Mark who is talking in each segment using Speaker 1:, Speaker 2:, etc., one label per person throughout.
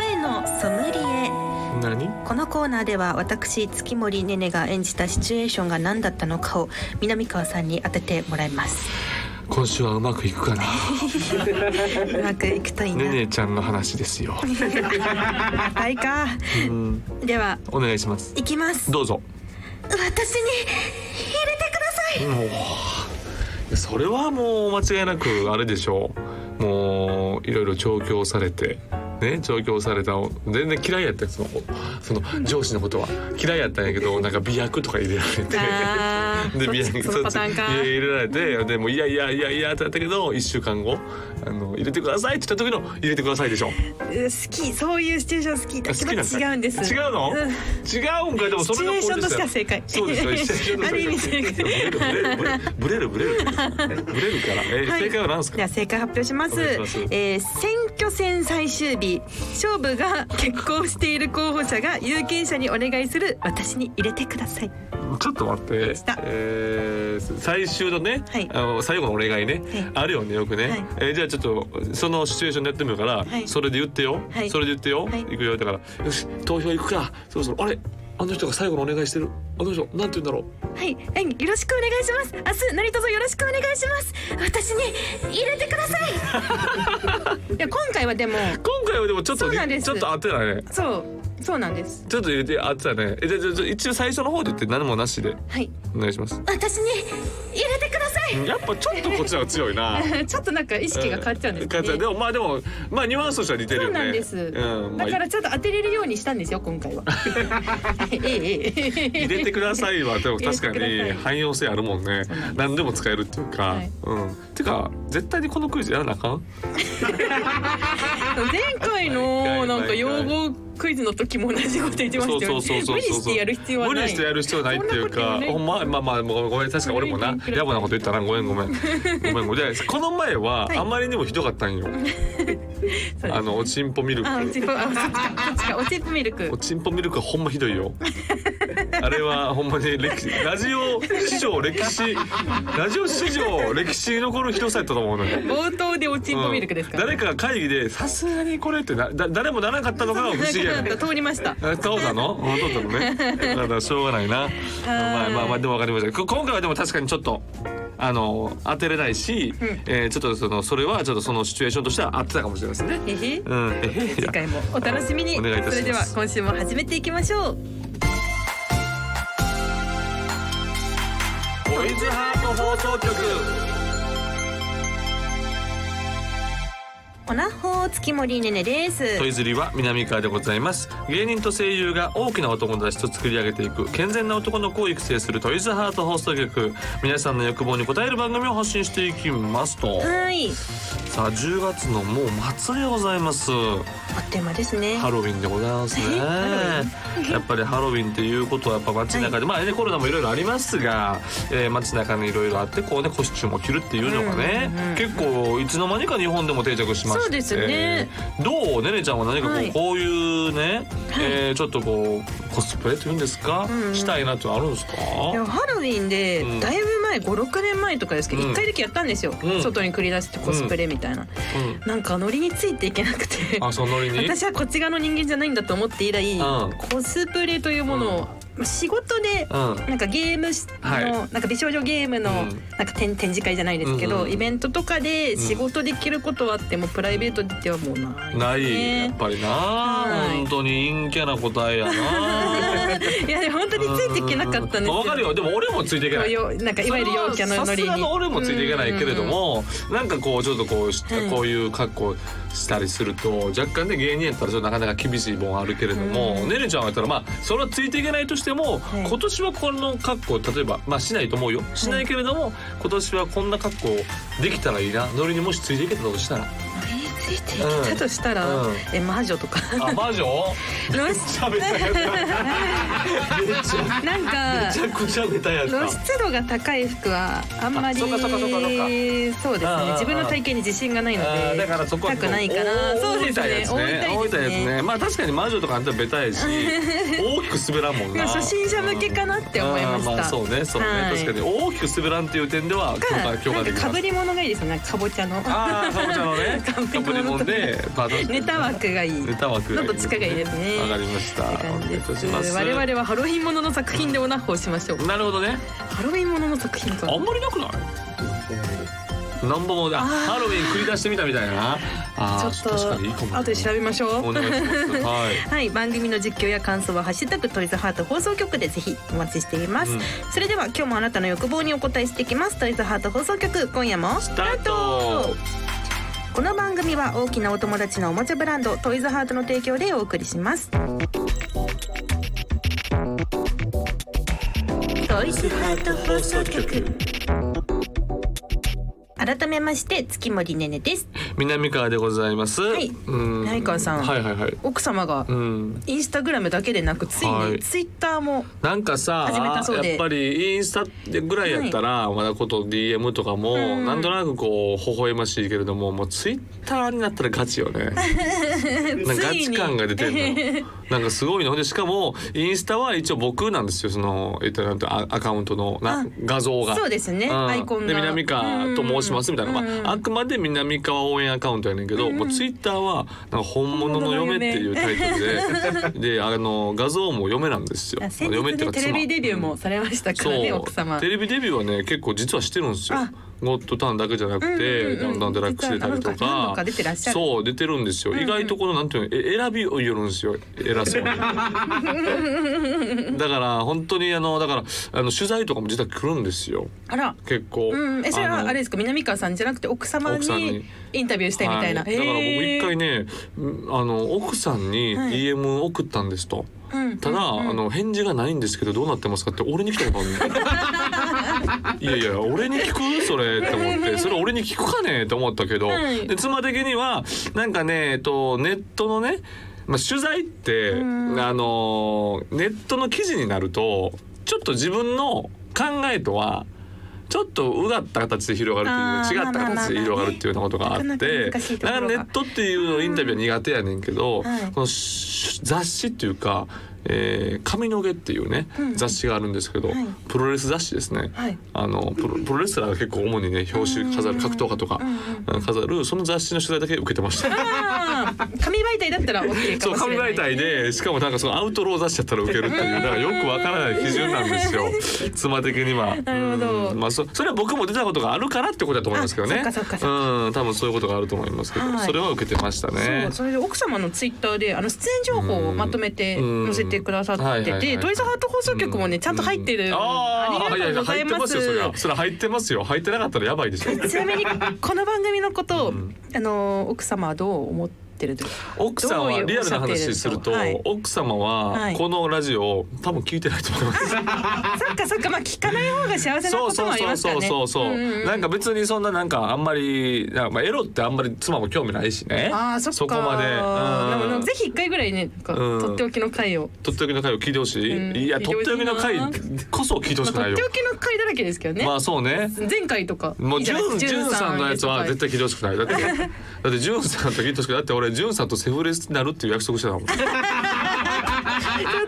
Speaker 1: ソムリエ
Speaker 2: 何
Speaker 1: このコーナーでは私月森ねねが演じたシチュエーションが何だったのかを南川さんに当ててもらいます
Speaker 2: 今週はうまくいく かな
Speaker 1: うまくいくといいな
Speaker 2: ねねちゃんの話ですよ、
Speaker 1: はいか
Speaker 2: うん、
Speaker 1: では
Speaker 2: お願いします
Speaker 1: いきます
Speaker 2: どうぞ
Speaker 1: 私に入れてくださ い
Speaker 2: もういやそれはもう間違いなくあれでしょうもういろいろ調教されてね調教された全然嫌いやったそのその上司のことは嫌いやったんやけどなんか美薬とか入れられて。
Speaker 1: あー
Speaker 2: で美
Speaker 1: そ
Speaker 2: 薬
Speaker 1: っちそのパターンか
Speaker 2: いや入れられてでもういやいやいやいやってやったけど1週間後あの入れてくださいって言った時の入れてくださいでしょ
Speaker 1: う好きそういうシチュエーション好き
Speaker 2: 好きなん
Speaker 1: 私は違うんです
Speaker 2: 違うの、
Speaker 1: ん
Speaker 2: 違うんかいでもそ
Speaker 1: シチ
Speaker 2: れ
Speaker 1: ュ
Speaker 2: が
Speaker 1: エーションとしては
Speaker 2: 正
Speaker 1: 正解
Speaker 2: そうですよ一緒に
Speaker 1: ある意味正解
Speaker 2: ブレるブレるブレるブレるブレるから、え
Speaker 1: はい
Speaker 2: 正解は何です
Speaker 1: じゃ
Speaker 2: か
Speaker 1: あ正解発表します
Speaker 2: お願いします
Speaker 1: えー選挙戦最終日勝負が 結婚している候補者が有権者にお願いする私に入れてください
Speaker 2: ちょっと待って
Speaker 1: した、
Speaker 2: えー、最終のね、
Speaker 1: はい
Speaker 2: あの最後のお願いね、
Speaker 1: はい
Speaker 2: あるよねよくね、
Speaker 1: はい
Speaker 2: えーじゃあちょっとそのシチュエーションでやってみようから、
Speaker 1: はい
Speaker 2: それで言ってよ、
Speaker 1: はい
Speaker 2: それで言ってよ、
Speaker 1: はい
Speaker 2: い、くよだからよし投票行くかそろそろあれあの人が最後のお願いしてるあの人なんて言うんだろう
Speaker 1: はい演技よろしくお願いします明日何卒よろしくお願いします私に入れてください いや今回はでも
Speaker 2: 今回はでもちょっと
Speaker 1: そうなんで
Speaker 2: ね
Speaker 1: す
Speaker 2: ちょっと当てないね
Speaker 1: そうそうなんです
Speaker 2: ちょっと入れてあってたね。えじゃあじゃあじゃあ一応最初の方で言って何もなしで
Speaker 1: はい
Speaker 2: お願いします。
Speaker 1: 私に入れてくださ
Speaker 2: やっぱちょっとこっちの方が強いな。意
Speaker 1: いちょっとなんか 意識が変わっちゃうんですね、
Speaker 2: でもまあでもまあニュアンスとしては似てるよね。
Speaker 1: そうなんです
Speaker 2: うん、まあ
Speaker 1: だからちょっと当てれるようにしたんですよ今 回は。ええええ
Speaker 2: 入れてくださいはでも確か
Speaker 1: 入れてく
Speaker 2: に
Speaker 1: ださい
Speaker 2: 汎用性あるもんね
Speaker 1: そうなんです。
Speaker 2: 何でも使えるっていうか、
Speaker 1: はい
Speaker 2: うん。てか絶対にこのクイズやらなあかん。
Speaker 1: 前回のなんか用語クイズの時も同じこと言ってましたよね。無理してやる必要はない。
Speaker 2: 無理してやる必要ないっていうか
Speaker 1: そんなこと言うね
Speaker 2: ほんままあまあもうごめん確かに俺もな
Speaker 1: 無理に比べて
Speaker 2: 野暮なこと言ったなごめんごめん ごめんごめんでこの前は
Speaker 1: はい
Speaker 2: あまりにもひどかったんよ、
Speaker 1: そうです
Speaker 2: あのおちんぽミルク
Speaker 1: あおちんぽあそっちかそっちかおちんぽミルク
Speaker 2: お。ちんぽミルクはほんまひどい よあれはほんまに歴史ラジオ史上歴 史ラジオ史上歴史に残るひどさやったと思うのよ
Speaker 1: 冒頭でおちんぽミルクですか
Speaker 2: う
Speaker 1: ら。
Speaker 2: ん誰かが会議でさすがにこれってなだ誰もならなかったのが不思議 やねん
Speaker 1: 通りました。
Speaker 2: あそうなの本当 だね。だからしょうがないな。まあまあまあでもわかりました。こ今回はでも確かにちょっと。あの当てれないし、
Speaker 1: うん
Speaker 2: えーちょっとそのそれはちょっとそのシチュエーションとしては合ってたかもしれませんね。
Speaker 1: えへ
Speaker 2: うん、えへい
Speaker 1: 次
Speaker 2: や
Speaker 1: 回もお楽しみに。
Speaker 2: お願いいたします
Speaker 1: それでは今週も始めていきましょう。
Speaker 2: ボイズハート放送局。
Speaker 1: おなほ月森ねねです。
Speaker 2: トイズリは南川でございます。芸人と声優が大きなお友達と作り上げていく健全な男の子を育成するトイズハート放送局。皆さんの欲望に応える番組を発信していきますと。
Speaker 1: はい。
Speaker 2: さあ10月のもう末でございます。
Speaker 1: あっという間ですね。
Speaker 2: ハロウィンでございますね。やっぱりハロウィンっていうことはやっぱ街中で、まあねコロナもいろいろありますが、えー、街中にいろいろあってこうねコスチュームを着るっていうのがね、
Speaker 1: うんうんうん
Speaker 2: 結構いつの間にか日本でも定着しまして
Speaker 1: そうですね
Speaker 2: どうねねちゃんは何かこう,、
Speaker 1: はい
Speaker 2: こういうね、えーちょっとこうコスプレというんですか、
Speaker 1: うんうん
Speaker 2: したいなってあるんですか
Speaker 1: いやハロウィンで
Speaker 2: うん
Speaker 1: だいぶ前56年前とかですけど、
Speaker 2: うん
Speaker 1: 1回だけやったんですよ、
Speaker 2: うん
Speaker 1: 外に繰り出してコスプレみたいな、
Speaker 2: うん
Speaker 1: なんかノリについていけなくて
Speaker 2: あそのノリに
Speaker 1: 私はこっち側の人間じゃないんだと思って以来、
Speaker 2: うん
Speaker 1: コスプレというものを、まあ仕事で
Speaker 2: うん
Speaker 1: なんかゲームしの、
Speaker 2: はい
Speaker 1: なんか美少女ゲームの
Speaker 2: うん
Speaker 1: なんか展展示会じゃないですけど、
Speaker 2: うんうん
Speaker 1: イベントとかで仕事できることはあってもプライベートではもうない
Speaker 2: ない、
Speaker 1: ね
Speaker 2: やっぱりな、
Speaker 1: はい
Speaker 2: 本当に陰キャな答え や な
Speaker 1: いや本当についていけなかったんです
Speaker 2: うわかるよでも俺もついていけない
Speaker 1: よなんかいわゆる陽キャのノリに
Speaker 2: さすがの俺もついていけないけれども、なんかこうちょっとこうし
Speaker 1: うん
Speaker 2: こういう格好したりすると若干ね芸人やったらちょっとなかなか厳しいもんあるけれども、
Speaker 1: うん
Speaker 2: ねねちゃんはやったらまあそれはついていけないとしても、
Speaker 1: はい
Speaker 2: 今年はこの格好例えばまあしないと思うよしないけれども、今年はこんな格好できたらいいなノリにもしついていけた としたら
Speaker 1: ついていけたとしたら、
Speaker 2: うん
Speaker 1: え魔女とか
Speaker 2: あ魔女
Speaker 1: 露出
Speaker 2: 喋った やつめちゃ
Speaker 1: なん
Speaker 2: めち
Speaker 1: か
Speaker 2: ゃくちゃネタやった
Speaker 1: 露出度が高い服はあんまり
Speaker 2: あそっかそっかそっかそっか
Speaker 1: そうです
Speaker 2: ああ
Speaker 1: ね自分の体型に自信がないの
Speaker 2: あー
Speaker 1: で
Speaker 2: だからそこは
Speaker 1: たくないかな
Speaker 2: お
Speaker 1: そうですね
Speaker 2: 大分やつね
Speaker 1: 大
Speaker 2: 大
Speaker 1: 分
Speaker 2: 分
Speaker 1: で
Speaker 2: や
Speaker 1: す
Speaker 2: つ
Speaker 1: ね
Speaker 2: ねまあ確かに魔女とかあんたらベタいし大きく滑らんもん
Speaker 1: いや
Speaker 2: な
Speaker 1: 初心者向けかなって思いました
Speaker 2: あーあそうねそうね、
Speaker 1: はい
Speaker 2: 確かに大きく滑らんっていう点では
Speaker 1: か
Speaker 2: 許可許可
Speaker 1: なん
Speaker 2: でき
Speaker 1: かか
Speaker 2: ま
Speaker 1: ぶ
Speaker 2: す
Speaker 1: り物がいいですよねかぼちゃの
Speaker 2: ああかぼちゃのね
Speaker 1: かぼちゃの
Speaker 2: りもんでまあ確かに
Speaker 1: ネタ枠がいい
Speaker 2: ネタ枠がいい
Speaker 1: のどっちかがいいですね
Speaker 2: わかりました
Speaker 1: って感じで
Speaker 2: お願いいたします
Speaker 1: す我々はハロウィンものの作品でオナホをしましょう
Speaker 2: なるほどね
Speaker 1: ハロウィンものの作品か
Speaker 2: あんまりなくないなんぼもだ
Speaker 1: あー
Speaker 2: ハロウィン繰り出してみたみたいなあ
Speaker 1: ちょ
Speaker 2: ー
Speaker 1: っと
Speaker 2: 確かにいいかも
Speaker 1: 後で調べましょう
Speaker 2: お願いしますはい
Speaker 1: はい、番組の実況や感想は「ハッシュタグトイズハート放送局」でぜひお待ちしています、
Speaker 2: うん
Speaker 1: それでは今日もあなたの欲望にお答えしていきますトイズハート放送局今夜も
Speaker 2: スタート
Speaker 1: この番組は大きなお友達のおもちゃブランドトイズハートの提供でお送りしますトイズハート放送局改めまして月森ねねです
Speaker 2: 南川でございます
Speaker 1: はい
Speaker 2: うん
Speaker 1: 南川さん
Speaker 2: はいはいはい
Speaker 1: 奥様が
Speaker 2: うん
Speaker 1: インスタグラムだけでなくつい
Speaker 2: はい
Speaker 1: にツイッターも
Speaker 2: なんかさ
Speaker 1: 始めたそうで
Speaker 2: やっぱりインスタぐらいやったら、まだこと DM とかも
Speaker 1: うん
Speaker 2: なんとなくこう微笑ましいけれどももうツイッターになったらガチよねなんかガ
Speaker 1: つい
Speaker 2: チ
Speaker 1: に
Speaker 2: 感が出てる のなんかすごいのでしかもインスタは一応僕なんですよそのえっとなんてアアカウントのな
Speaker 1: あ
Speaker 2: 画像が
Speaker 1: そうですね
Speaker 2: うん
Speaker 1: アイコンが
Speaker 2: で南川と申しますみたいな、
Speaker 1: うんうんうん
Speaker 2: まあ、あくまで南川応援アカウントやねんけど、もうツイッターはなんか本物の嫁っていうタイトルでであの画像も嫁なんですよ
Speaker 1: あ先
Speaker 2: 嫁
Speaker 1: 日
Speaker 2: っていう
Speaker 1: ね
Speaker 2: か
Speaker 1: テ
Speaker 2: 妻
Speaker 1: レビデビューもされましたからね奥様
Speaker 2: テレビデビューはね結構実はしてるんですよ
Speaker 1: あ。
Speaker 2: ゴッドタンだけじゃなくて、
Speaker 1: うんうんうん
Speaker 2: ダウンタウンデラックス出たりと
Speaker 1: 実は何
Speaker 2: か
Speaker 1: 度か出てらっしゃる
Speaker 2: そう出てるんですよ、意外とこのなんていうのえ選びを言うんですよ 偉そうにだから本当にあのだからあの取材とかも実は来るんですよ
Speaker 1: あら
Speaker 2: 結構、
Speaker 1: うんえそれは
Speaker 2: の
Speaker 1: あれですか南川さんじゃなくて奥様
Speaker 2: 奥さんに
Speaker 1: にインタビューしたいみたいな、
Speaker 2: はいだから僕一回
Speaker 1: ね、
Speaker 2: ねうんあの奥さんに
Speaker 1: はい
Speaker 2: DM 送ったんですと、
Speaker 1: うん
Speaker 2: ただ、
Speaker 1: うんうん
Speaker 2: あの返事がないんですけどどうなってますかって俺に来たことあ るのいやいや俺に聞くそれって思ってそれ俺に聞くかねって思ったけど、
Speaker 1: はい
Speaker 2: で妻的にはなんかね、えっと、ネットのね、まあ、取材ってあ
Speaker 1: うん
Speaker 2: のネットの記事になるとちょっと自分の考えとはちょっとうがった形で広がるっていう
Speaker 1: あー
Speaker 2: 違った形で広がるっていうようなことがあって
Speaker 1: まあまあまあねなかなか難しいところが
Speaker 2: なんかネットっていうのインタビューは苦手やねんけど、
Speaker 1: うんはい
Speaker 2: このし雑誌っていうか「えー、髪の毛」っていうね、
Speaker 1: うん
Speaker 2: 雑誌があるんですけど、
Speaker 1: はい
Speaker 2: プロレス雑誌ですね、
Speaker 1: はい
Speaker 2: あのプロプロレスラーが結構主にね表紙飾る格闘家とか
Speaker 1: うんうん
Speaker 2: 飾るその雑誌の取材だけ受け てました。
Speaker 1: あー紙媒体だったら OK か
Speaker 2: そう
Speaker 1: もし
Speaker 2: 紙
Speaker 1: れない
Speaker 2: 媒体でしかもなんかそのアウトロー雑誌だったら受けるっていうだからよくわからない基準なんですよ 妻的には。
Speaker 1: なるほど
Speaker 2: うんまあそそれは僕も出たことがあるからってことだと思いますけどね。
Speaker 1: あそっかそっかそっ
Speaker 2: うん多分そういうことがあると思いますけど、
Speaker 1: はい
Speaker 2: それは受けてました
Speaker 1: そ
Speaker 2: ね
Speaker 1: う。それで奥様のツイッターであの出演情報をまとめて
Speaker 2: うん
Speaker 1: 載せてくださ
Speaker 2: は
Speaker 1: っ
Speaker 2: いはい
Speaker 1: て
Speaker 2: はい
Speaker 1: てトイズハート放送局もねちゃんと入ってる
Speaker 2: う
Speaker 1: の
Speaker 2: んあー
Speaker 1: ありがとうございます
Speaker 2: やや入ってますよそれそれ入ってますよ入ってなかったらやばいでしょ
Speaker 1: ちなみにこの番組のことをあの奥様はどう思ってると
Speaker 2: 奥さん
Speaker 1: どうい
Speaker 2: は
Speaker 1: う
Speaker 2: リアルな話すると、
Speaker 1: はい
Speaker 2: 奥様は
Speaker 1: はい
Speaker 2: このラジオ多分聞いてないと思います、
Speaker 1: そっかそっかまあ聞かない方が幸せな
Speaker 2: そう
Speaker 1: こと
Speaker 2: そ
Speaker 1: もあ
Speaker 2: う
Speaker 1: り
Speaker 2: そ
Speaker 1: ま
Speaker 2: う
Speaker 1: すか
Speaker 2: そ
Speaker 1: ら
Speaker 2: う
Speaker 1: ね
Speaker 2: そうそう、
Speaker 1: んんん
Speaker 2: なんか別にそんななんかあんまりなんかまあエロってあんまり妻も興味ないしね
Speaker 1: あーそっか
Speaker 2: こまで、
Speaker 1: でも
Speaker 2: う
Speaker 1: なん
Speaker 2: ん
Speaker 1: かぜひ一回ぐらいねなんか
Speaker 2: うん
Speaker 1: とっておきの回を、
Speaker 2: とっておきの回を聞いてほしい、
Speaker 1: うん
Speaker 2: いや
Speaker 1: 聞い
Speaker 2: と
Speaker 1: て
Speaker 2: っ
Speaker 1: ほしい
Speaker 2: ておきの回
Speaker 1: な
Speaker 2: こそ聞いてほ
Speaker 1: ま
Speaker 2: し
Speaker 1: あ、
Speaker 2: く
Speaker 1: と
Speaker 2: ない
Speaker 1: っ
Speaker 2: よ
Speaker 1: ておきの回だらけですけどね、
Speaker 2: まあそうね
Speaker 1: 前回とか
Speaker 2: もう
Speaker 1: いいじ
Speaker 2: ジ
Speaker 1: ゃない
Speaker 2: ュンジ
Speaker 1: ですか
Speaker 2: ュンさんのやつは絶対聞いてほしくないだっ てだってジュンさんと聞いてほしくないだって俺ジュンさんとセフレになるっていう約束してたもん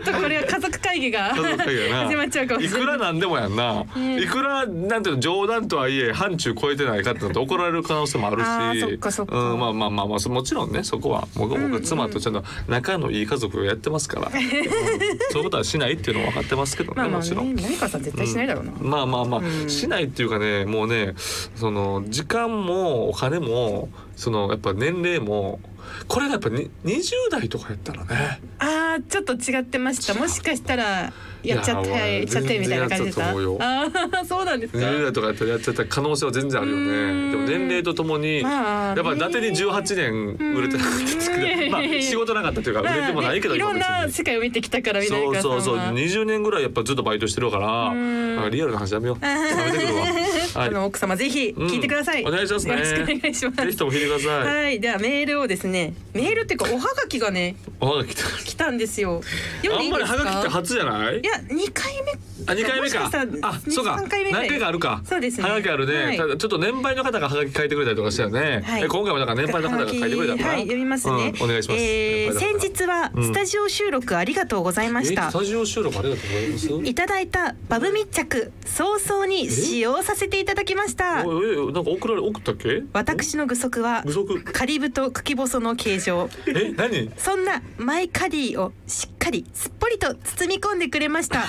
Speaker 1: ちょっとこれは家族会議が
Speaker 2: 家族会議やな
Speaker 1: 始まっちゃうかもしれない
Speaker 2: くらなんでもやんな、いくらなんていうの冗談とはいえ範疇超えてないかってなって怒られる可能性もあるし
Speaker 1: あーそっかそっか
Speaker 2: うん、まあまあまあまあそもちろんねそこは僕僕は妻とちゃんと仲のいい家族をやっ てますから、うんそういうことはしないっていうのは分かってますけどね、
Speaker 1: まあまあ
Speaker 2: もちろん
Speaker 1: ね。何かさん絶対しないだろうな、
Speaker 2: まあまあまあ、しないっていうかねもうねその時間もお金もそのやっぱ年齢もこれがやっぱに20代とかやったらね
Speaker 1: あーちょっと違ってましたもしかしたらやっちゃっ
Speaker 2: い
Speaker 1: て
Speaker 2: や俺
Speaker 1: やっちゃってみたいな感じですか
Speaker 2: 全然やっちゃうと思うよ
Speaker 1: ああそうなんですか
Speaker 2: 20代とかやったらやっちゃった可能性は全然あるよ
Speaker 1: うん
Speaker 2: ねでも年齢とともに、
Speaker 1: まあ
Speaker 2: やっぱ伊達に18年売れてなかったんですけ
Speaker 1: うん
Speaker 2: ど、まあ、仕事なかったというか売れてもないけど
Speaker 1: まあねいろん
Speaker 2: 今
Speaker 1: な
Speaker 2: 別に
Speaker 1: 世界を見てきたからみたい
Speaker 2: そう
Speaker 1: な
Speaker 2: そうそう20年ぐらいやっぱずっとバイトしてるから
Speaker 1: ん
Speaker 2: なんかリアルな話やめようやめてく るわは
Speaker 1: あ
Speaker 2: い
Speaker 1: の奥様ぜひ聞いてください、
Speaker 2: うんお願いしますね
Speaker 1: よろしくお願いします
Speaker 2: ぜひとも聞いてください、
Speaker 1: はい、ではメールをですね、メールっていうかおはがきがね
Speaker 2: おはがき来た
Speaker 1: 来たんですよ。読ん
Speaker 2: あ
Speaker 1: でい
Speaker 2: ん
Speaker 1: い
Speaker 2: まり
Speaker 1: です
Speaker 2: ハガキって
Speaker 1: か？
Speaker 2: 初じゃない
Speaker 1: いや、二回目
Speaker 2: あ二回目か
Speaker 1: もししたら
Speaker 2: あそうか
Speaker 1: 三回目ぐらい
Speaker 2: 何回かあるか
Speaker 1: そうですね
Speaker 2: はがきあるね、
Speaker 1: はい
Speaker 2: ただちょっと年配の方がはがき書いてくれたりとかしたよね、
Speaker 1: はい
Speaker 2: え今回もなんか年配の方が書いてくれたかな
Speaker 1: はい、読みますね、
Speaker 2: うんお願いします、
Speaker 1: えー
Speaker 2: 年配の方
Speaker 1: 先日はスタジオ収録ありがとうございまし
Speaker 2: え
Speaker 1: た
Speaker 2: ス。タジオ収録ありがとうございます
Speaker 1: いただいたバブ密着早々に使用させていただきました。
Speaker 2: おいおいなんか送られ送ったっけ
Speaker 1: 私の具足は
Speaker 2: 具足
Speaker 1: カリブと茎細の形状。
Speaker 2: え何
Speaker 1: そんなマイカリーをしっかりすっぽりと包み込んでくれま した。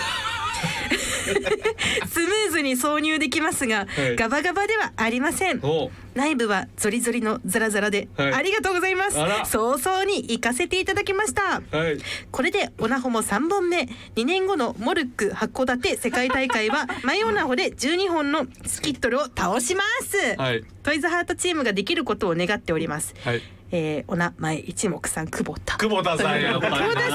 Speaker 1: スムーズに挿入できますが、
Speaker 2: はい
Speaker 1: ガバガバではありません。
Speaker 2: お
Speaker 1: 内部はゾリゾリのザラザラで、
Speaker 2: はい
Speaker 1: ありがとうございます
Speaker 2: あら。
Speaker 1: 早々に行かせていただきました。
Speaker 2: はい
Speaker 1: これでオナホも3本目2年後のモルック函館世界大会 はマイオナホで12本のスキットルを倒します、
Speaker 2: はい
Speaker 1: トイズハートチームができることを願っております、
Speaker 2: はい
Speaker 1: えー、オナ前一目さん久保田
Speaker 2: 久保田さんやっぱりな
Speaker 1: 久保田さん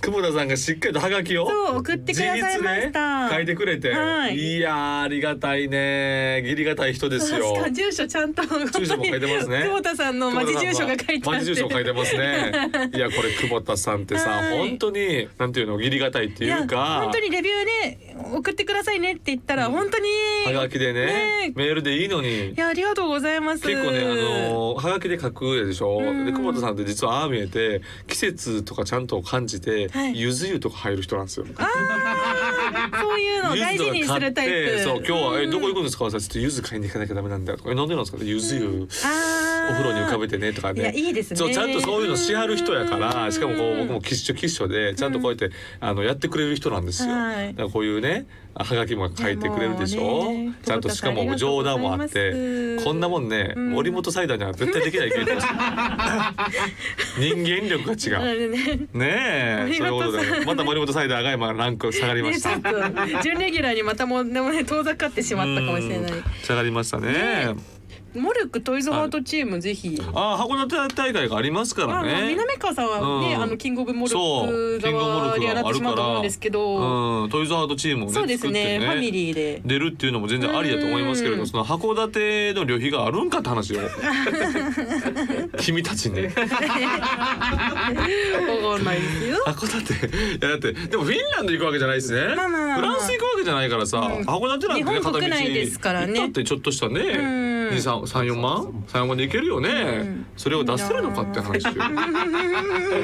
Speaker 2: 久保田さんがしっかりとハガキを
Speaker 1: そう送ってくださいました
Speaker 2: 自筆で書いてくれて、
Speaker 1: はい
Speaker 2: いやーありがたいね義理がたい人ですよ
Speaker 1: 確か住所ちゃんと
Speaker 2: 住所も書いてますね
Speaker 1: 久保田さんの町住所が書いてあって
Speaker 2: 町住所書いてま すねいやこれ久保田さんってさ、
Speaker 1: はい
Speaker 2: 本当になんていうの義理がたいって
Speaker 1: い
Speaker 2: い
Speaker 1: や
Speaker 2: うか
Speaker 1: 本当にレビューで送ってくださいねって言ったら本当に
Speaker 2: ハガキでね
Speaker 1: ね
Speaker 2: メールでいいのに
Speaker 1: いやありがとうございます
Speaker 2: 結構ね、あのー、はがきで書くでしょ、
Speaker 1: うん
Speaker 2: で久保田さんって実はああ見えて季節とかちゃんと感じて、
Speaker 1: はい
Speaker 2: ゆず湯とか入る人なんですよ。
Speaker 1: そういうのを
Speaker 2: 柚
Speaker 1: 大事に
Speaker 2: 子と
Speaker 1: す
Speaker 2: か買
Speaker 1: る
Speaker 2: っ
Speaker 1: タイ
Speaker 2: て
Speaker 1: プ。
Speaker 2: そう今日は、え
Speaker 1: うん
Speaker 2: どこ行くんですか私ちょっとゆず買いに行かなきゃダメなんだよとかえなんでなんですかゆず湯、お
Speaker 1: あー
Speaker 2: 風呂に浮かべてねとかね
Speaker 1: いやいいですね
Speaker 2: そうちゃんとそういうのしはる人やか
Speaker 1: う
Speaker 2: ら
Speaker 1: ん
Speaker 2: しかもこう僕も喫茶喫茶でちゃんとこうやって、あのやってくれる人なんですよ、
Speaker 1: はい
Speaker 2: だからこういうねはがきも書いてくれるでし
Speaker 1: いやも
Speaker 2: ょ、
Speaker 1: うね
Speaker 2: ちゃんとしかも冗談もあっ
Speaker 1: ありがとうござい
Speaker 2: て
Speaker 1: ます
Speaker 2: こんなもんね、
Speaker 1: ん
Speaker 2: 森本サイダーには絶対できない芸 能人人間力が違う、
Speaker 1: あのね。
Speaker 2: ねえそういうことでまた森本サイダーが今ランク下がりま
Speaker 1: ね、
Speaker 2: し
Speaker 1: ち
Speaker 2: た
Speaker 1: ょっと準レギュラーにまたもでもね遠ざかってしまったかもしれない
Speaker 2: うん。下がりましたね。
Speaker 1: モルックトイズハートチームぜひ。
Speaker 2: ああ、函館大会がありますか
Speaker 1: ま
Speaker 2: ら
Speaker 1: あ、ね、
Speaker 2: ね。
Speaker 1: 南川さんはね、
Speaker 2: うん
Speaker 1: あのキングオブモル
Speaker 2: そう、
Speaker 1: ック
Speaker 2: キングオブモル
Speaker 1: 側
Speaker 2: ク
Speaker 1: にはなっ
Speaker 2: があ
Speaker 1: て
Speaker 2: る
Speaker 1: しま
Speaker 2: か
Speaker 1: うと思う
Speaker 2: ら。
Speaker 1: んですけど、
Speaker 2: うん、トイズハートチームをね、
Speaker 1: そうですねファミ
Speaker 2: ー。
Speaker 1: リー で。
Speaker 2: 出るっていうのも全然ありだと思いますけれ
Speaker 1: う
Speaker 2: ど、
Speaker 1: ん
Speaker 2: その函館の旅費があるんかって話よ。 君たちね。
Speaker 1: わかんないですよ。
Speaker 2: 函館、い やだって、でもフィンランド行くわけじゃないですね。
Speaker 1: まあまあまあ
Speaker 2: フランス行くわけじゃないからさ、
Speaker 1: うん
Speaker 2: 函館なんてね、
Speaker 1: 日本国内ですからね
Speaker 2: だってちょっとしたね、
Speaker 1: ん
Speaker 2: 二三、三四万、三四万で行けるよね
Speaker 1: ん。
Speaker 2: それを出せるのかって話よ。 ね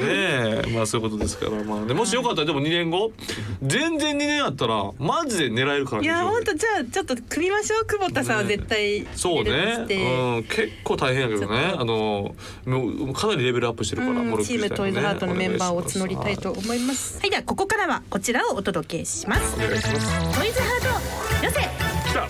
Speaker 2: えまあそういうことですからまあねもしよかったらでも2年後全然2年あったらマジで狙えるから
Speaker 1: い
Speaker 2: ね
Speaker 1: や
Speaker 2: 上位
Speaker 1: 本当じゃあちょっと組みましょう久保田さんは絶対
Speaker 2: そう
Speaker 1: 入れるとし
Speaker 2: ね
Speaker 1: て、
Speaker 2: うん、結構大変やけどねあのもうかなりレベルアップしてるから、
Speaker 1: うん
Speaker 2: モルック
Speaker 1: チーム
Speaker 2: 自
Speaker 1: ト
Speaker 2: 体も
Speaker 1: イ
Speaker 2: ね
Speaker 1: ズハートのメンバーを募りたいと
Speaker 2: お
Speaker 1: 思います。はい、ではここからはこちらをお届けします。トイ
Speaker 2: 願いしますはい
Speaker 1: ズハート、よせ。
Speaker 2: お願いします来た
Speaker 1: は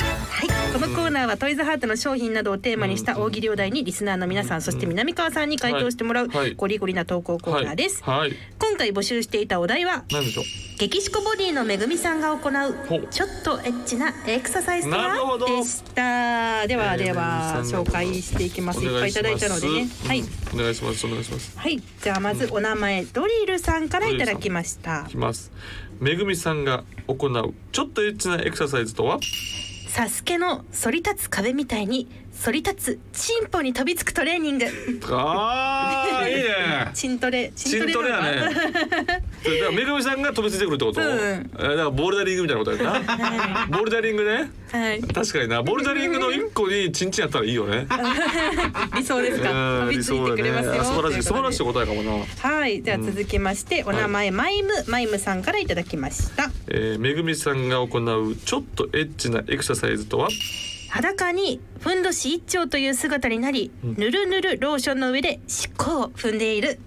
Speaker 1: い、このコーナーはトイズハートの商品などをテーマにした大喜利お題にリスナーの皆さん、そして南川さんに回答してもらう
Speaker 2: はい
Speaker 1: ゴリゴリな投稿コーナーです。
Speaker 2: はい、はい、
Speaker 1: 今回募集していたお題は
Speaker 2: 何でしょ
Speaker 1: 激シコボディのめぐみさんが行
Speaker 2: ほ
Speaker 1: う
Speaker 2: う
Speaker 1: ちょっとエッチなエクササイズと
Speaker 2: なるほ
Speaker 1: は
Speaker 2: ど
Speaker 1: でしたでは
Speaker 2: えー
Speaker 1: では
Speaker 2: めぐみさん
Speaker 1: 紹
Speaker 2: の
Speaker 1: 介していきます
Speaker 2: う
Speaker 1: いっぱいいただいたのでねはい、
Speaker 2: お願いしますうんお願いしますお願いします
Speaker 1: はいじゃあまずお名前ドリルさんからいただきました
Speaker 2: いきますめぐみさんが行うちょっとエッチなエクササイズとは
Speaker 1: サスケの反り立つ壁みたいに反り立つチンポに飛びつくトレーニング
Speaker 2: あーいいね
Speaker 1: チントレ
Speaker 2: チントレや
Speaker 1: なのか
Speaker 2: ね。それだからめぐみさんが飛びついてくるってこと。
Speaker 1: うん
Speaker 2: えーだからボルダリングみたいなことやな。ボルダリングね。
Speaker 1: はい
Speaker 2: 確かにな、ボルダリングの一個にチンチンやったらいいよ ね。
Speaker 1: 理想ですか飛びついてくれますよ
Speaker 2: 理想やねあ素晴らしい、素晴らしい
Speaker 1: とうこ
Speaker 2: 答えかもな。
Speaker 1: とではいじゃあ続きましてお名前マイムマイムさんからいただきました
Speaker 2: えー、めぐみさんが行うちょっとエッチなエクササイズとは。
Speaker 1: 裸にふんどし一丁という姿になり、ぬるぬるローションの上でしっこを踏んでいる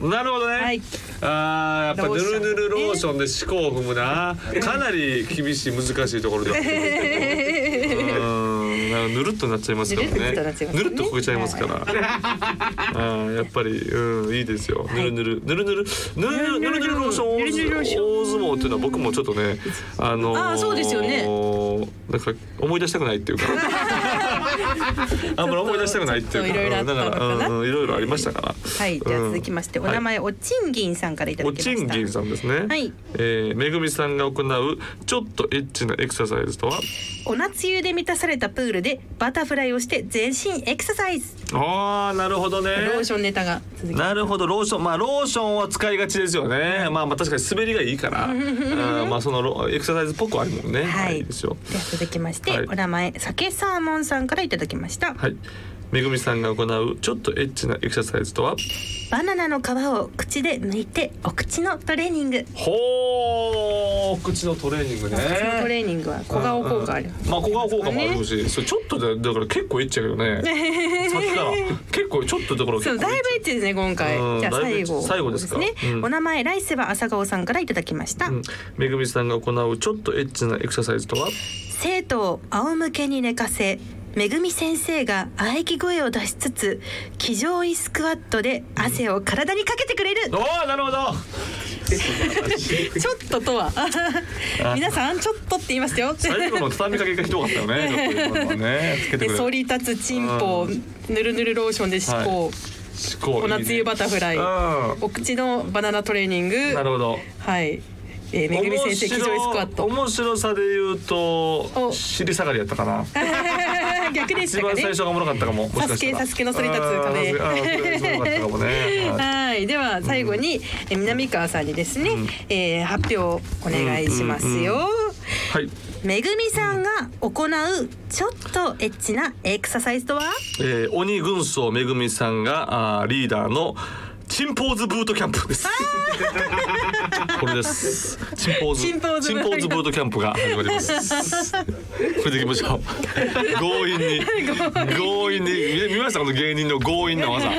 Speaker 2: なるほどね。
Speaker 1: はい
Speaker 2: ああ、やっぱ
Speaker 1: ロー
Speaker 2: ぬ
Speaker 1: ショ
Speaker 2: る
Speaker 1: ン
Speaker 2: ぬるローションで四股を踏むな。かなり厳しい難しいと ころではある。うんなんかぬるっとなっちゃいますからね
Speaker 1: ぬるっとなっちゃいますね
Speaker 2: ぬるっとこけちゃいますから、 あーやっぱり、うん、いいですよ、
Speaker 1: い
Speaker 2: ぬるぬるぬるぬるぬるぬるぬるローション
Speaker 1: ぬるぬるローション
Speaker 2: 大相撲っていうのは僕もちょっとねあのー
Speaker 1: あーそうですよね
Speaker 2: なんか思い出したくないっていうかあんまり思い出したくないっていう
Speaker 1: ちょっといろいろあったのかな
Speaker 2: うんだらうんいろいろありましたから
Speaker 1: はい、じゃあ続きまして、お名
Speaker 2: はい
Speaker 1: 前、おちんぎんさんからいただき
Speaker 2: お
Speaker 1: ま
Speaker 2: ち
Speaker 1: した。
Speaker 2: んぎんさんですね、
Speaker 1: はい
Speaker 2: えーめぐみさんが行うちょっとエッチなエクササイズとは
Speaker 1: お夏湯で満たされたプールでバタフライをして全身エクササイズ。
Speaker 2: あーなるほどね
Speaker 1: ローションネタが続きます。
Speaker 2: なるほどローションまあローションは使いがちですよねまあまあ確かに滑りがい いからうんまあそのロエクササイズっぽくはあるもんね
Speaker 1: はい
Speaker 2: いですよ
Speaker 1: では続きまして、
Speaker 2: はい
Speaker 1: お名前、酒サーモンさんからいただきました。
Speaker 2: はいめぐみさんが行うちょっとエッチなエクササイズとは
Speaker 1: バナナの皮を口で剥いて、お口のトレーニング。
Speaker 2: ほー口のトレーニングね
Speaker 1: お口のトレーニングは小顔効果ある。
Speaker 2: まあ小顔効果もあるし、それちょっとだだから結構エッチやけ どねさっきから結構ちょっとだから結
Speaker 1: そう
Speaker 2: 構エッチ
Speaker 1: だいぶエッチですね今回
Speaker 2: うん
Speaker 1: じゃあ
Speaker 2: だいぶエ
Speaker 1: 最
Speaker 2: ッチ
Speaker 1: 後
Speaker 2: 最後ですか
Speaker 1: ね、
Speaker 2: うん
Speaker 1: お名前来世は朝顔さんからいただきました、
Speaker 2: うんめぐみさんが行うちょっとエッチなエクササイズとは
Speaker 1: 生徒を仰向けに寝かせめぐみ先生が喘ぎ声を出しつつ気上位スクワットで汗を体にかけてくれる、
Speaker 2: おおなるほど
Speaker 1: ちょっととは皆さんちょっとって言いましたよ
Speaker 2: 最後の畳みかけがひどかったよねちょっと今のは ねつけて
Speaker 1: で
Speaker 2: くれ
Speaker 1: 反
Speaker 2: る
Speaker 1: り立つチンポ
Speaker 2: うん
Speaker 1: ぬるぬるローションで思考、
Speaker 2: 思考
Speaker 1: お夏湯バタフライ
Speaker 2: うん
Speaker 1: お口のバナナトレーニング
Speaker 2: なるほど
Speaker 1: はい、えー、めぐみ先生気上位スクワット
Speaker 2: 面白さで言うと
Speaker 1: お
Speaker 2: 尻下がりやったかな
Speaker 1: 逆でし
Speaker 2: 一
Speaker 1: たか
Speaker 2: 番
Speaker 1: ね
Speaker 2: 最初がおもろかったかももしかした
Speaker 1: サスケサ
Speaker 2: ら
Speaker 1: スケの反り立つかね
Speaker 2: あーサスケあーそれがおもろかったかもねはい
Speaker 1: はい、では最後に、えー南川さんにですね、えー発表をお願いしますよ。
Speaker 2: はい
Speaker 1: めぐみさんが行うちょっとエッチなエクササイズとは、
Speaker 2: えー鬼軍曹めぐみさんがあーリーダーのチンポーズブートキャンプ です。これです。チンポーズ。
Speaker 1: チンポーズ
Speaker 2: チンポーズブートキャンプが始まります。これでいきましょう。強引に。強引に。見見ましたこの芸人の強引な技。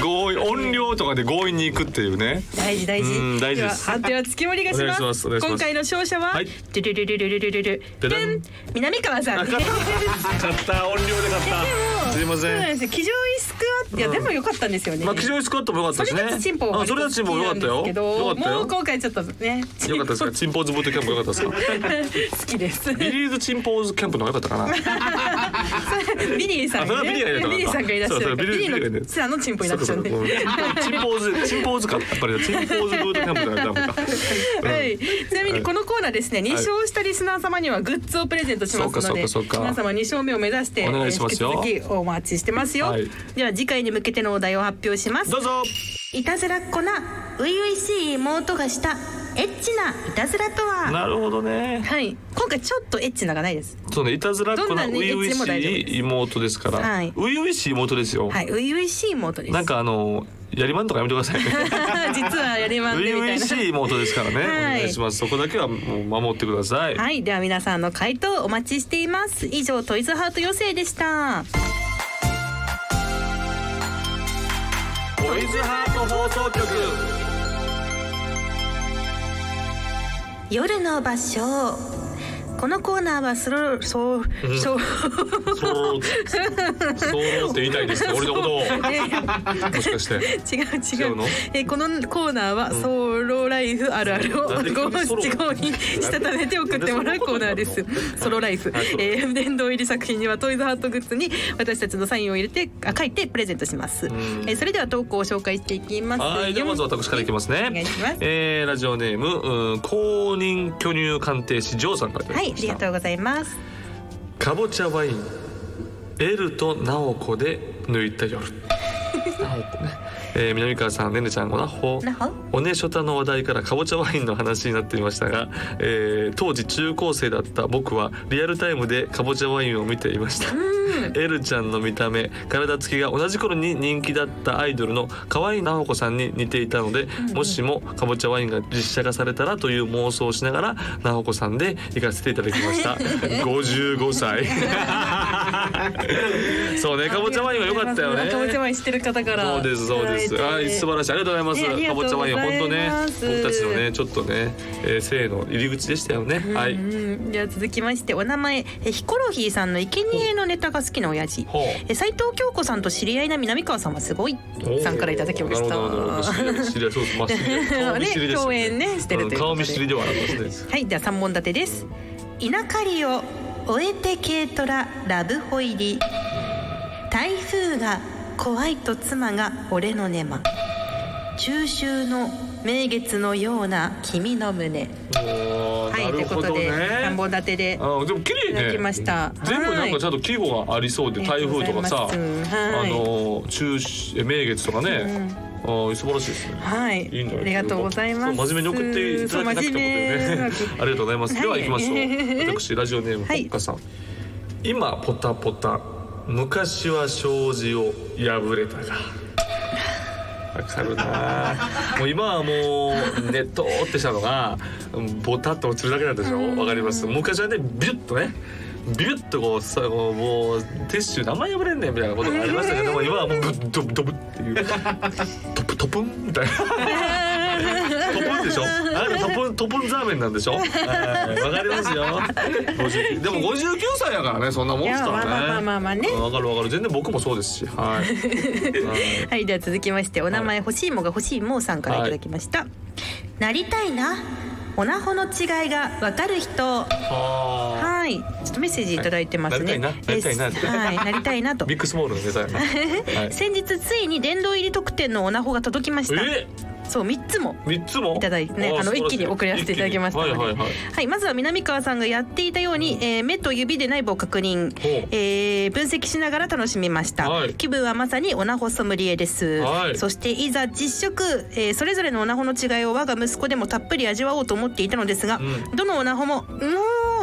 Speaker 2: 強引音量とかで強引に行くっていうね。
Speaker 1: 大事大事
Speaker 2: うん。大
Speaker 1: で
Speaker 2: 事で
Speaker 1: は
Speaker 2: す
Speaker 1: 判定は月森がします。
Speaker 2: お願いしますお願いします
Speaker 1: 今回の勝者は、
Speaker 2: はい
Speaker 1: ドゥルルルルルルルル
Speaker 2: でだん
Speaker 1: でん南川さん。
Speaker 2: 勝った。勝った。音量で勝った。すいま
Speaker 1: そうなん
Speaker 2: せ
Speaker 1: で
Speaker 2: ん。
Speaker 1: すよ。騎乗位スクワットいや、でも良かったんですよね。
Speaker 2: まあ、非常にスクワットも良かったです
Speaker 1: そ
Speaker 2: ね
Speaker 1: れだとチンポ。
Speaker 2: あ、それだとチンポ良かったよ。良かった
Speaker 1: もう
Speaker 2: よ。
Speaker 1: 今回 ちょっとね。
Speaker 2: 良かったですか。チンポーズブートキャンプ良かったですか。
Speaker 1: 好きです。
Speaker 2: ビリーズチンポーズキャンプの方が良かったかな。
Speaker 1: ビリーさんがね、
Speaker 2: あそれはビリーがいるのか
Speaker 1: ビリーさんがいらっしゃるから
Speaker 2: そうそうビリー
Speaker 1: ビ
Speaker 2: ビリーが
Speaker 1: リ
Speaker 2: いる
Speaker 1: ーのツアーのチンポいらっしゃるんで、
Speaker 2: そう
Speaker 1: は
Speaker 2: かそうかチンポーズチンポーズかやっぱりチンポーズブートキャンプだよダメか。うん
Speaker 1: い。ちなみにこのコーナーですね、二勝したリスナー様にはグッズをプレゼントしますので、
Speaker 2: そうかそうかそうか
Speaker 1: 皆様二勝目を目指して
Speaker 2: お願いしますよ
Speaker 1: えー引き続きお待ちしてますよ。
Speaker 2: はい
Speaker 1: では次回に向けてのお題を発表します
Speaker 2: ど。うぞ。
Speaker 1: いたずらっ子な初々しい妹がしたエッチないたずらとは。
Speaker 2: なるほどね。
Speaker 1: はい。今回ちょっとエッチながないです。
Speaker 2: そうねいたずらっ子な
Speaker 1: どんな
Speaker 2: 初
Speaker 1: ね
Speaker 2: 々
Speaker 1: いつでも大丈夫
Speaker 2: し
Speaker 1: です
Speaker 2: い妹ですから。
Speaker 1: はい
Speaker 2: 初々しい妹ですよ。
Speaker 1: はい。初々しい妹です。
Speaker 2: なんかあのやりまんとかやめてくださいね。
Speaker 1: 実はやりまん
Speaker 2: 初
Speaker 1: でみたい
Speaker 2: 々
Speaker 1: な
Speaker 2: し。い妹ですからね。
Speaker 1: はい
Speaker 2: お願いします。そこだけはもう守ってください。
Speaker 1: はい、では皆さんの回答お待ちしています。以上トイズハート予選でした。
Speaker 2: ボイズハート放送局。
Speaker 1: 夜の場所。このコーナーはスロー、そう、 そう、
Speaker 2: そうそうって言いたいですね。俺 のことを
Speaker 1: えー
Speaker 2: もしかして。
Speaker 1: 違う違
Speaker 2: 違
Speaker 1: う
Speaker 2: うの
Speaker 1: えーこのコーナーはソロライフあるあるを
Speaker 2: なんで急にソロ
Speaker 1: 575にしたためて送ってもらうコーナーです
Speaker 2: なんでそんなことになるの
Speaker 1: ソロライフ、
Speaker 2: はいソロライ
Speaker 1: えー、殿堂入り作品にはトイズハートグッズに私たちのサインを入れてあ書いてプレゼントします、えーそれでは投稿を紹介していきます
Speaker 2: はい、ではまず私からいきますね。
Speaker 1: お願いします
Speaker 2: えーラジオネーム、うん公認巨乳鑑定士ジョーさんからいただ
Speaker 1: はいあ
Speaker 2: きま
Speaker 1: り
Speaker 2: し
Speaker 1: が
Speaker 2: た。
Speaker 1: とうございます
Speaker 2: かぼちゃワイン、エルとナオコで抜いた夜。ナオコね。えー南川さん、ねねちゃん、おなほ
Speaker 1: なほ。
Speaker 2: おねしょたの話題からかぼちゃワインの話になっていましたが、えー当時中高生だった僕はリアルタイムでかぼちゃワインを見ていました。エルちゃんの見た目体つきが同じ頃に人気だったアイドルの河合直子さんに似ていたので、もしもかぼちゃワインが実写化されたらという妄想をしながら直子さんで行かせていただきました 55歳そうねかぼちゃワインは良かったよね
Speaker 1: かぼちゃワイン知ってる方から。
Speaker 2: そうですそうです。
Speaker 1: は
Speaker 2: はいい素晴らしいありがとうござい
Speaker 1: ねあ
Speaker 2: ます。
Speaker 1: りが
Speaker 2: か
Speaker 1: とう
Speaker 2: ぼ
Speaker 1: ご
Speaker 2: ちゃワ
Speaker 1: ざい
Speaker 2: イン
Speaker 1: ます
Speaker 2: 本当ね僕たちのねちょっとね、えー、性の入り口でしたよね。はい。
Speaker 1: うん、では続きましてお名前えヒコロヒーさんの生贄のネタが好きな親父
Speaker 2: ほう
Speaker 1: え斉藤京子さんと知り合いな南川さんはすごいさんからいただきまし
Speaker 2: なるほどなるほど
Speaker 1: た。
Speaker 2: 知り合い知り合いそうです。まあ知り合い顔見知りですよ、
Speaker 1: ね共演ねしてるということで
Speaker 2: ん顔見知りではありますね。
Speaker 1: はいでは三本立てです。稲刈りを終えて軽トララブホ入り台風が怖いと妻が俺の寝間中秋の名月のような君の胸
Speaker 2: おー
Speaker 1: はい
Speaker 2: な
Speaker 1: とい
Speaker 2: る
Speaker 1: うこ
Speaker 2: ほ
Speaker 1: と
Speaker 2: どね
Speaker 1: で三本立てで
Speaker 2: あーでも綺麗
Speaker 1: いた
Speaker 2: ね
Speaker 1: だきました
Speaker 2: 全部なんかちゃんと規模がありそうで、
Speaker 1: はい
Speaker 2: 台風とかさ、
Speaker 1: ありがとうございます
Speaker 2: あ
Speaker 1: はい
Speaker 2: のー中秋え明月とかね、あー素晴らしいですね
Speaker 1: はい
Speaker 2: いいんじ
Speaker 1: あ
Speaker 2: ゃない
Speaker 1: りがとうございます
Speaker 2: そう真面目に送っていただ
Speaker 1: そう真
Speaker 2: きたくてこと
Speaker 1: 面目
Speaker 2: よ
Speaker 1: な
Speaker 2: ね ありがとうございますでは
Speaker 1: はい
Speaker 2: 行きましょう私ラジオネーム
Speaker 1: は
Speaker 2: ポ
Speaker 1: い
Speaker 2: ッカさん、今ポタポタ昔は障子を破れたがわかるなもう今はもうネットってしたのがボタッと落ちるだけなんでしょわかります昔はねビュッとねビュッとこうさもうもうティッシュ名前破れんねんみたいなことがありましたけども今はもうブッドブドブっていうトップトップンみたいなトップンでしょあなたトップントップンザーメンなんでしょはいわかりますよ50でも59歳やからねそんなもんですからね
Speaker 1: いやまあまあまあまあね
Speaker 2: わかるわかる全然僕もそうですし はい、はい
Speaker 1: はい、では続きましてお名前欲しいもが欲しいもうさんからいただきました、なりたいなオナホの違いがわかる人
Speaker 2: あ
Speaker 1: はいちょっとメッセージいただいてますね、
Speaker 2: はいなりたいな
Speaker 1: えーはいなりたいな
Speaker 2: ー
Speaker 1: と
Speaker 2: ビッグスモールのデザイン、はい、
Speaker 1: 先日ついに殿堂入り特典のオナホが届きました
Speaker 2: え
Speaker 1: そう3つも
Speaker 2: 三つも
Speaker 1: いただいてね
Speaker 2: ー
Speaker 1: あの
Speaker 2: 素晴らし
Speaker 1: 一気に送らせていただきましたので
Speaker 2: 一気にはいはいはい
Speaker 1: はい、まずは南川さんがやっていたように、えー目と指で内部を確認
Speaker 2: ほう、
Speaker 1: えー分析しながら楽しみました、
Speaker 2: はい
Speaker 1: 気分はまさにオナホソムリエです、
Speaker 2: はい
Speaker 1: そしていざ実食、えーそれぞれのオナホの違いを我が息子でもたっぷり味わおうと思っていたのですが、
Speaker 2: うん
Speaker 1: どのオナホも「う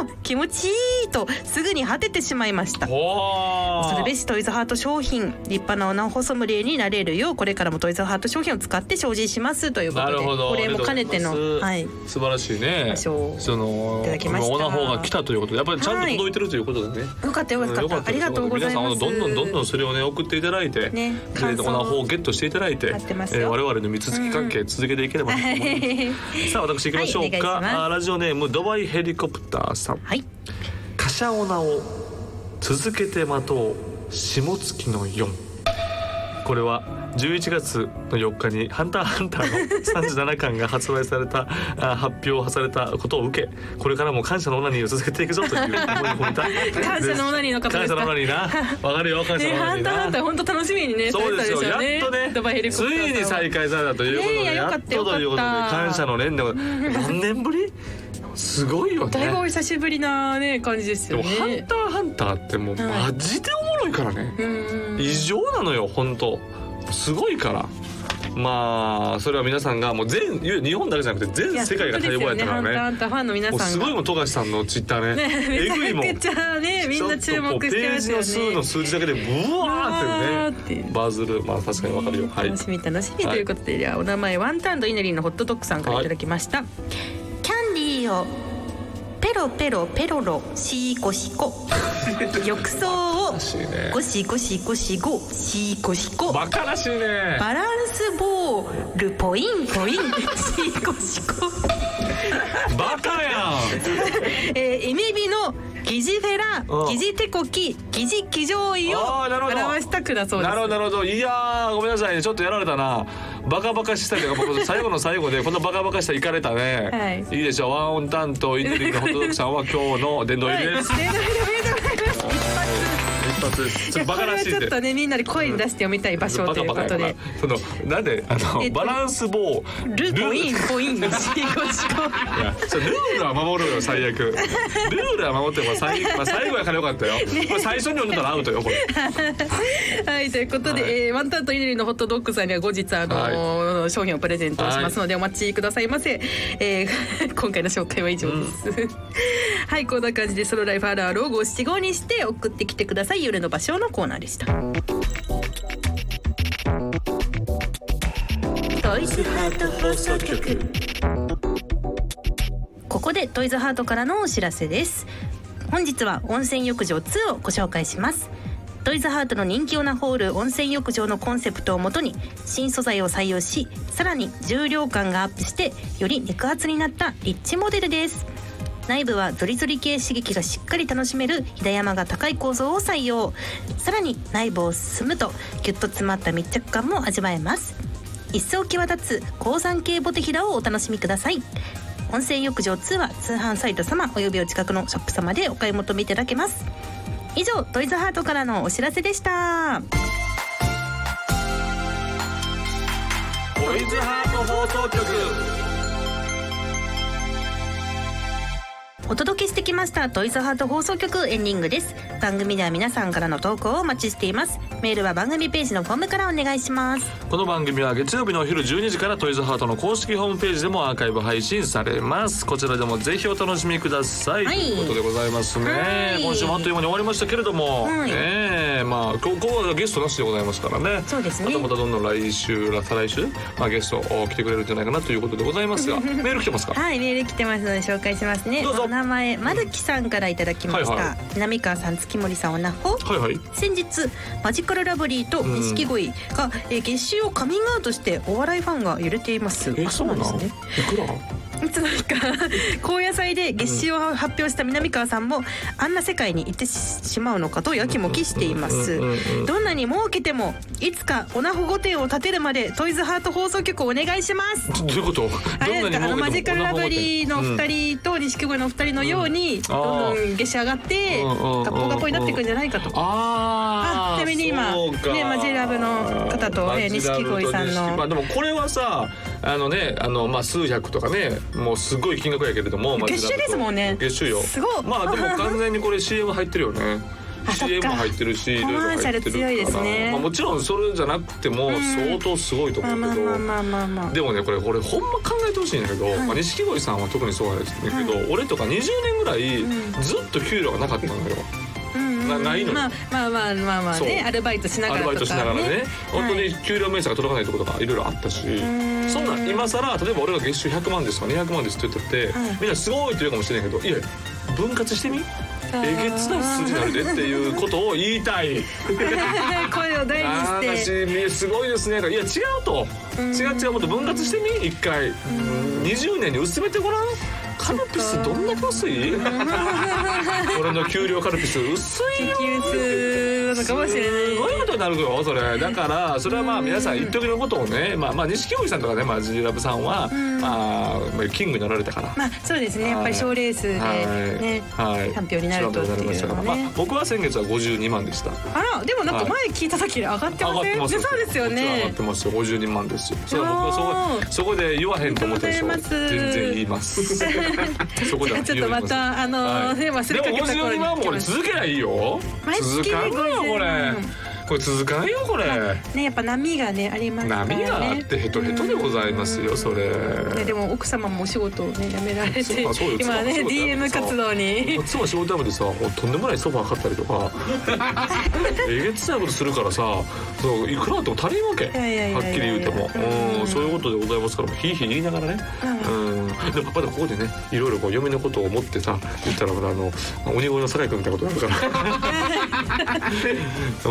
Speaker 1: おー気持ちいい!」とすぐに果ててしまいました
Speaker 2: ほー
Speaker 1: 恐るべしトイズハート商品立派なオナホソムリエになれるようこれからもトイズハート商品を使って精進しますというこ
Speaker 2: な
Speaker 1: とで
Speaker 2: るほど
Speaker 1: これも兼ねて
Speaker 2: ありがとう
Speaker 1: の
Speaker 2: ござ
Speaker 1: はいい
Speaker 2: ます素晴らしいね
Speaker 1: 賞を
Speaker 2: その
Speaker 1: いただきました
Speaker 2: オナホが来たということでやっぱりちゃんと届いてるということでね、
Speaker 1: よかったよか
Speaker 2: うん
Speaker 1: った,、
Speaker 2: よかった
Speaker 1: ありがとうございます
Speaker 2: 皆さんあのどんどんどんどんそれをね送っていただいて、
Speaker 1: ね
Speaker 2: で
Speaker 1: 感
Speaker 2: オ
Speaker 1: 想
Speaker 2: ナホをゲットしていただいて
Speaker 1: 待ってますよ
Speaker 2: えー我々の蜜月関係続けていければと思います、さあ私行きましょうか、
Speaker 1: はいお願いします
Speaker 2: あーラジオネームドバイヘリコプターさん
Speaker 1: はい
Speaker 2: カシャオナを続けて待とう下月の4これは11月の4日に「ハンター ハンター」の37巻が発売されたあ発表されたことを受けこれからも感謝のオナニーを続けていくぞ という思いを込めた
Speaker 1: 感謝のオナニーの方ですか
Speaker 2: 感謝のオナニーなわかるよ感謝
Speaker 1: ね、
Speaker 2: のオナ
Speaker 1: ハ
Speaker 2: ニ
Speaker 1: ン
Speaker 2: ー
Speaker 1: ターハンタ
Speaker 2: な
Speaker 1: ー本当楽しみにね
Speaker 2: そうですよ、
Speaker 1: されたで
Speaker 2: やっ
Speaker 1: しょ
Speaker 2: と
Speaker 1: う
Speaker 2: ね
Speaker 1: ドバイヘリコプ
Speaker 2: つ
Speaker 1: ターさんはい
Speaker 2: に再開されたということで、
Speaker 1: ねえ
Speaker 2: や
Speaker 1: よか
Speaker 2: っ
Speaker 1: った
Speaker 2: とということで
Speaker 1: よかった
Speaker 2: 感謝の連でございます何年ぶりすごいよね
Speaker 1: だいぶお久しぶりなね感じです
Speaker 2: で
Speaker 1: よ
Speaker 2: も「
Speaker 1: ね
Speaker 2: ハンターハンター」ってもう
Speaker 1: は
Speaker 2: マ
Speaker 1: い
Speaker 2: ジでおもろいからね、
Speaker 1: うん
Speaker 2: 異常なのよ本当すごいからまあそれは皆さんがもう全日本だけじゃなくて
Speaker 1: い
Speaker 2: 全
Speaker 1: や
Speaker 2: 世界が待望や
Speaker 1: そう
Speaker 2: ったか
Speaker 1: ですよねハ
Speaker 2: ら
Speaker 1: ンタ
Speaker 2: ね
Speaker 1: ーハンターファンの皆
Speaker 2: もう
Speaker 1: さ
Speaker 2: す
Speaker 1: んが
Speaker 2: ごいもん富樫さんのツイッタ ーねえぐいもん
Speaker 1: めちゃくちゃねみんな注目してますよね
Speaker 2: ちょっとこうページの数の数字だけでブワーって
Speaker 1: うわーっ
Speaker 2: ね
Speaker 1: て
Speaker 2: バズるまあ確かにわかるよはい
Speaker 1: 楽しみ楽しみ
Speaker 2: はい
Speaker 1: ということで、ではお名前ワンタンドイナリーのホットドッグさんからいただきました、キャンディーをペロペロペロロシーコシコ 浴槽を
Speaker 2: らしいね
Speaker 1: ゴシゴシゴシゴシーコシコ
Speaker 2: バカらしいね
Speaker 1: バランスボールポインポインシーコシコ、
Speaker 2: バカやん
Speaker 1: えー、エミビの疑似フェ
Speaker 2: うん
Speaker 1: ラ疑似手こき疑似騎乗位を
Speaker 2: あーなるほど
Speaker 1: 表した句だそうです
Speaker 2: なるほどなるほどいやーごめんなさいねちょっとやられたなバカバカしたりとか 僕最後の最後でこんなバカバカしたいかれたね、、
Speaker 1: はい
Speaker 2: いでしょワンオン担当インテリのホットドッグさんは今日の殿堂入りです、
Speaker 1: はい、おめでとうございます
Speaker 2: 一発です
Speaker 1: い
Speaker 2: ちょ
Speaker 1: や
Speaker 2: っと
Speaker 1: こ
Speaker 2: バカ
Speaker 1: れ
Speaker 2: ら
Speaker 1: は
Speaker 2: しい
Speaker 1: ち
Speaker 2: ん
Speaker 1: ょっ
Speaker 2: で
Speaker 1: とねみんなで声に出して読みたい場所というこ
Speaker 2: や
Speaker 1: とで
Speaker 2: なそのなんであの、
Speaker 1: えっと
Speaker 2: バランス棒
Speaker 1: ルポイン
Speaker 2: い
Speaker 1: ポインシーコシコ
Speaker 2: やそうルールは守ろうよ最悪ルールは守っても最,、まあ、最後やからよかったよ、これ最初に読んでたらアウトよこれ
Speaker 1: はいということで、
Speaker 2: はい
Speaker 1: えーワンタンとイネリのホットドッグさんには後日あのー商品をプレゼントしますのでお待ちくださいませ、えー 今回の紹介は以上です、 はいこんな感じでソロライフあるあるを五七五にして送ってきてください夜の場所のコーナーでしたトイズハート放送局ここでトイズハートからのお知らせです本日は温泉浴場2をご紹介しますトイズハートの人気オナホール温泉浴場のコンセプトをもとに新素材を採用しさらに重量感がアップしてより肉厚になったリッチモデルです内部はゾリゾリ系刺激がしっかり楽しめるひだ山が高い構造を採用さらに内部を進むとギュッと詰まった密着感も味わえます一層際立つ高山系ボテヒダをお楽しみください温泉浴場2は通販サイト様およびお近くのショップ様でお買い求めいただけます以上トイズハートからのお知らせでした
Speaker 2: トイズハート放送局
Speaker 1: お届けしてきましたトイズハート放送局エンディングです番組では皆さんからの投稿をお待ちしていますメールは番組ページのフォームからお願いします
Speaker 2: この番組は月曜日のお昼12時からトイズハートの公式ホームページでもアーカイブ配信されますこちらでもぜひお楽しみください、
Speaker 1: はい
Speaker 2: ということでございますね
Speaker 1: はい
Speaker 2: 今週もあっという間に終わりましたけれども、
Speaker 1: はい
Speaker 2: ねえまあ今日今日はゲストなしでございますからね
Speaker 1: そうですね
Speaker 2: またまたどんどん来週再来週、まあ、ゲストお来てくれるんじゃないかなということでございますがメール来てますか
Speaker 1: はいメール来てますので紹介しますね
Speaker 2: どうぞ
Speaker 1: お名前まるきさんからいただきました、
Speaker 2: はいはい
Speaker 1: 南川さん月森さんおなほ
Speaker 2: はいはい
Speaker 1: 先日マジカルラブリーと錦鯉が、えー月収をカミングアウトしてお笑いファンが揺れています
Speaker 2: え
Speaker 1: あ
Speaker 2: そうなん
Speaker 1: ですね
Speaker 2: いくら
Speaker 1: いつなんか高野祭で月収を発表した南川さんもあんな世界に行ってしまうのかとやきもきしています
Speaker 2: うんうんうんうん
Speaker 1: どんなに儲けてもいつかオナホ御殿を建てるまでトイズハート放送局お願いします
Speaker 2: ちょどういうことど
Speaker 1: あれですかあのマジカルラブリーの
Speaker 2: 人
Speaker 1: 2人と錦鯉の2人のようにどんどん下車上がって
Speaker 2: うんあー
Speaker 1: ガッポガポになっていくんじゃないかと。
Speaker 2: あ
Speaker 1: あ
Speaker 2: あ
Speaker 1: ちなみに今ねマジラブの方とね錦鯉さんの
Speaker 2: まあでもこれはさあのねあのまあ数百とかねもうすごい金額やけれどもマジラブ
Speaker 1: 月
Speaker 2: と
Speaker 1: 収ですもんね
Speaker 2: 月収よ
Speaker 1: すごい
Speaker 2: まあでも完全にこれ CM 入ってるよね
Speaker 1: あそっか
Speaker 2: CM も入ってるし
Speaker 1: コマーシャル
Speaker 2: いろいろ入ってるから
Speaker 1: 強いですね
Speaker 2: まあもちろんそれじゃなくても
Speaker 1: ん
Speaker 2: 相当すごいと
Speaker 1: ま
Speaker 2: 思
Speaker 1: あまあ
Speaker 2: うけ
Speaker 1: ま
Speaker 2: ど
Speaker 1: あまあまあまあ。
Speaker 2: でもねこれ俺ほんま考えてほしいんだけど、まあ、錦鯉さんは特にそうなんですけど、俺とか20年ぐらい
Speaker 1: うん
Speaker 2: ずっと給料がなかったのよ、
Speaker 1: うんうん
Speaker 2: なないのよ
Speaker 1: まあまあまあまあまあね
Speaker 2: そう
Speaker 1: アルバイトしな
Speaker 2: ア
Speaker 1: がら
Speaker 2: ルバイト
Speaker 1: と
Speaker 2: しなが
Speaker 1: から
Speaker 2: ね
Speaker 1: ね。
Speaker 2: 本当に給料明細が届かないってことがいろいろあったし、
Speaker 1: ん
Speaker 2: そんなん今更例えば俺が月収100万ですとか200万ですって言ってて、
Speaker 1: はい
Speaker 2: みんなすごいって言うかもしれないけどいや分割してみ
Speaker 1: ー
Speaker 2: えげつない数字になるでっていうことを言いた い。
Speaker 1: 声を大
Speaker 2: あ
Speaker 1: にして。
Speaker 2: ー私すごいですねいや違うと違う違うもっと分割してみ一回20年に薄めてごらんカルピスどんだけ薄い 俺の給料カルピス薄いよ
Speaker 1: 激薄なのかもしれ
Speaker 2: すご
Speaker 1: ない
Speaker 2: ことになるよそれだからそれはまあ皆さん一時のことをねまあまあ錦鯉さんとかねまあジーラブさんはまあまあキングになられたか
Speaker 1: い。
Speaker 2: ら
Speaker 1: まあそうですねやっぱり賞レースでねチャンピオンになるとって
Speaker 2: チャンピオンになりま
Speaker 1: い
Speaker 2: した
Speaker 1: う
Speaker 2: か
Speaker 1: の
Speaker 2: ら
Speaker 1: は
Speaker 2: まあ
Speaker 1: ね。
Speaker 2: 僕は先月は52万でした
Speaker 1: あらでもなんか前聞いた時より上がってません。でそうですよ
Speaker 2: 上がっ
Speaker 1: ね
Speaker 2: て。ますよ。52万ですよ。それは僕はそこそこで言わへんと思ったでしょ。
Speaker 1: ありがとうございます
Speaker 2: 全然言います。そこ
Speaker 1: じ
Speaker 2: で
Speaker 1: ゃあちょっとまたあのー
Speaker 2: で
Speaker 1: ね
Speaker 2: も
Speaker 1: 忘れかけた頃
Speaker 2: 52
Speaker 1: に
Speaker 2: 万もこれ続けないよ。
Speaker 1: 毎月
Speaker 2: 続かんよこれ
Speaker 1: 52万。
Speaker 2: これ続かんよこれ。
Speaker 1: ねやっぱ波がねありますからね。
Speaker 2: 波があってヘトヘトでございますよそれ。
Speaker 1: ね、でも奥様もお仕事をね辞められて
Speaker 2: そうかそうよ
Speaker 1: 今ね
Speaker 2: そうだよ
Speaker 1: DM 活動に
Speaker 2: いつも仕事辞めてさとんでもないソファー買ったりとか えげつないことするからさそういくらあっても足りんわけ
Speaker 1: やいやいやいや
Speaker 2: はっきり言うても
Speaker 1: うん
Speaker 2: うんそういうことでございますからひいひい言いながらねうんでもまだここでねいろいろこう嫁のことを思ってさ言ったらほらあの鬼越の酒井君みたいなことになるか ら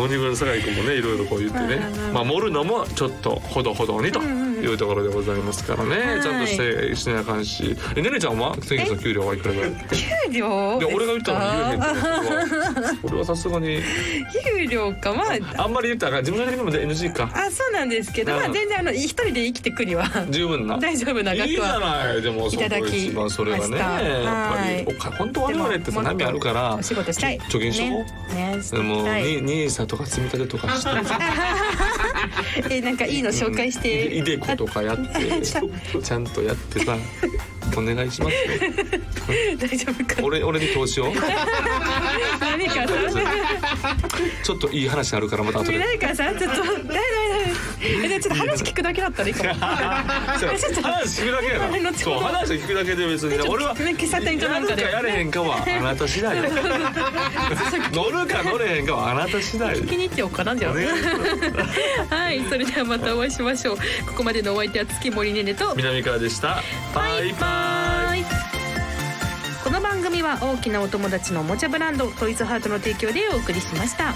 Speaker 2: 鬼越の酒井君もねいろいろこう言ってね
Speaker 1: うん
Speaker 2: まあ盛るのもちょっとほどほどにというところでございますから
Speaker 1: は
Speaker 2: ね
Speaker 1: い
Speaker 2: ちゃんとしてしなあかんしえねねちゃんは先月の給料はいくらぐらい
Speaker 1: 給料
Speaker 2: で俺が言ったの に言えへんってことは俺はさすがに
Speaker 1: 給料かまあ
Speaker 2: あんまり言ったらあかん自分の夢まで NG か
Speaker 1: あそうなんですけど、ま
Speaker 2: う
Speaker 1: あ、
Speaker 2: ん
Speaker 1: 全然あの一人で生きてくには
Speaker 2: 十分な
Speaker 1: 大丈夫な額はい
Speaker 2: いじゃないでもそこ
Speaker 1: いただき
Speaker 2: 一番それが
Speaker 1: ま
Speaker 2: ね
Speaker 1: した
Speaker 2: やっぱ
Speaker 1: はい
Speaker 2: りおか本当我々ってさ波あるから
Speaker 1: お仕事したい
Speaker 2: 貯金しとこ
Speaker 1: ねねし
Speaker 2: う
Speaker 1: てい
Speaker 2: も
Speaker 1: き
Speaker 2: う
Speaker 1: たい
Speaker 2: にニーサとか積み立てとかして
Speaker 1: えなんかいいの 紹介して、
Speaker 2: いでことかやって
Speaker 1: ちゃ
Speaker 2: ちゃんとやってさお願いしますよ
Speaker 1: 大丈夫か
Speaker 2: 俺俺に投資を
Speaker 1: 何かさ
Speaker 2: ちょっといい話あるからまた後で
Speaker 1: 南川さんちょっとだいだいだいえでちょっと話聞くだけだったらいいかも
Speaker 2: そう話聞くだけやなそう話聞くだけで別に俺は
Speaker 1: ね喫茶店かなんかで
Speaker 2: やるかやれへんかはあなた次 第乗るか乗れへんかはあなた次第
Speaker 1: 聞きに行っておうかなじゃあ、
Speaker 2: お願いします
Speaker 1: はいそれではまたお会いしましょうここまでのお相手は月森ねねと
Speaker 2: 南川でしたバイバイ
Speaker 1: この番組は大きなお友達のおもちゃブランドトイズハートの提供でお送りしました